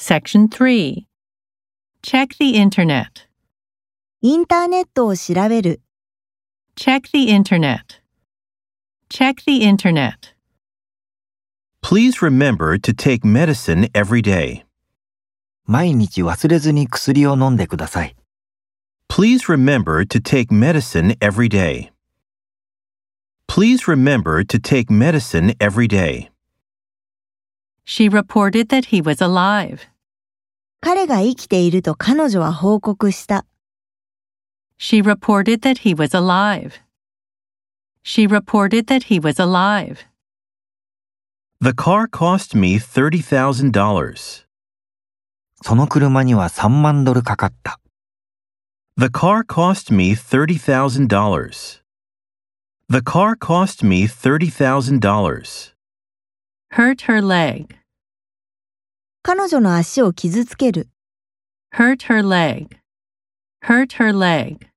Section 3 Check the Internet. インターネットを調べる、 Check the Internet. Check the Internet. Please remember to take medicine every day. 毎日忘れずに薬を飲んでください。 Please remember to take medicine every day. Please remember to take medicine every day. She reported that he was alive. 彼が生きていると彼女は報告した。 She reported that he was alive. She reported that he was alive. The car cost me $30,000. その車には3万ドルかかった。 The car cost me $30,000. The car cost me $30,000. Hurt her leg. 彼女の足を傷つける。 Hurt her leg. Hurt her leg.